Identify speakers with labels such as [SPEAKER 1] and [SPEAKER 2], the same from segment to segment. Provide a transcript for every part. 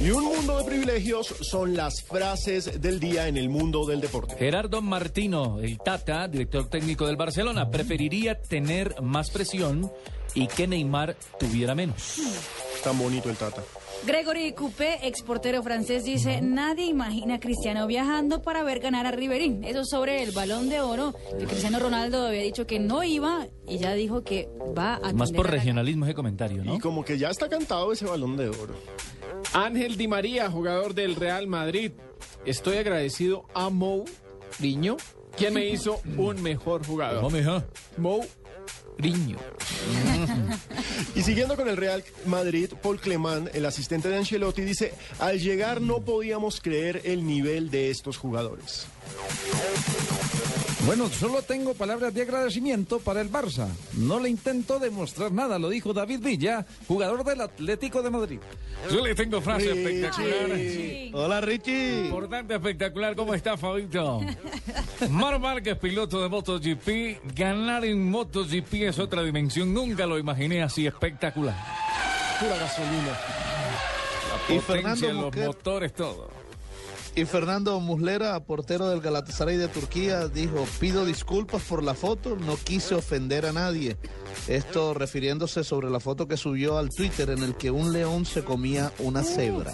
[SPEAKER 1] Y un mundo de privilegios son las frases del día en el mundo del deporte.
[SPEAKER 2] Gerardo Martino, el Tata, director técnico del Barcelona, preferiría tener más presión y que Neymar tuviera menos.
[SPEAKER 1] Tan bonito el Tata.
[SPEAKER 3] Gregory Coupé, exportero francés, dice, nadie imagina a Cristiano viajando para ver ganar a Riverín. Eso sobre el balón de oro. que Cristiano Ronaldo había dicho que no iba y ya dijo que va a...
[SPEAKER 2] Más
[SPEAKER 3] atender
[SPEAKER 2] por
[SPEAKER 3] a la-
[SPEAKER 2] regionalismo ese comentario, ¿no?
[SPEAKER 1] Y como que ya está cantado ese balón de oro.
[SPEAKER 4] Ángel Di María, jugador del Real Madrid. Estoy agradecido a Mourinho, quien me hizo un mejor
[SPEAKER 2] No,
[SPEAKER 4] jugador.
[SPEAKER 2] mijo.
[SPEAKER 4] Mourinho.
[SPEAKER 1] Y siguiendo con el Real Madrid, Paul Clemán, el asistente de Ancelotti, dice, al llegar no podíamos creer el nivel de estos jugadores.
[SPEAKER 5] Bueno, solo tengo palabras de agradecimiento para el Barça. No le intento demostrar nada, lo dijo David Villa, jugador del Atlético de Madrid.
[SPEAKER 6] Yo le tengo frase espectacular.
[SPEAKER 3] Sí.
[SPEAKER 1] Hola Richie.
[SPEAKER 6] Importante, espectacular. ¿Cómo está, Fabito? Mar Márquez, piloto de MotoGP. Ganar en MotoGP es otra dimensión. Nunca lo imaginé así espectacular.
[SPEAKER 1] Pura gasolina.
[SPEAKER 6] Y
[SPEAKER 7] Fernando
[SPEAKER 6] los
[SPEAKER 7] Mosquera.
[SPEAKER 6] motores, todo.
[SPEAKER 7] Y Fernando Muslera, portero del Galatasaray de Turquía, dijo, pido disculpas por la foto, no quise ofender a nadie. Esto refiriéndose sobre la foto que subió al Twitter en el que un león se comía una cebra.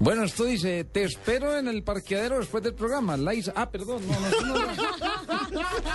[SPEAKER 5] Bueno, esto dice, te espero en el parqueadero después del programa. Lais, ah, perdón, no, no, esto no, no.